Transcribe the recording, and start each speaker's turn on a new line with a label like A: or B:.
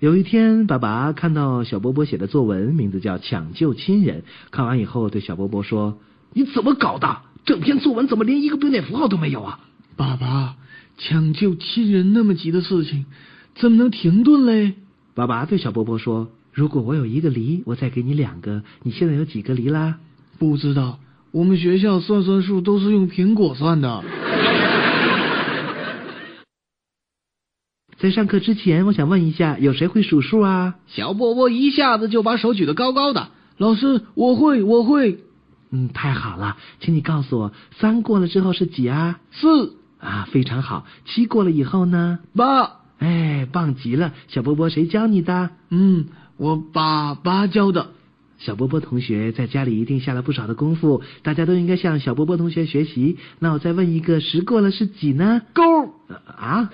A: 有一天，爸爸看到小波波写的作文，名字叫《抢救亲人》。看完以后，对小波波说：“你怎么搞的？整篇作文怎么连一个标点符号都没有啊
B: 爸爸，抢救亲人那么急的事情，怎么能停顿嘞？？”
A: 爸爸对小波波说：“如果我有一个梨，我再给你两个。你现在有几个梨啦
B: 不知道，我们学校算算数都是用苹果算的。？”
A: 在上课之前，我想问一下，有谁会数数啊？
B: 小波波一下子就把手举得高高的。老师，我会，我会，
A: 嗯，太好了，请你告诉我，三过了之后是几啊？
B: 四
A: 啊，非常好。七过了以后呢？
B: 八。
A: 哎，棒极了！小波波，谁教你的？
B: 嗯，我爸爸教的。
A: 小波波同学在家里一定下了不少的功夫，大家都应该向小波波同学学呃习。那我再问一个，十过了是几呢？
B: 勾。
A: 呃啊？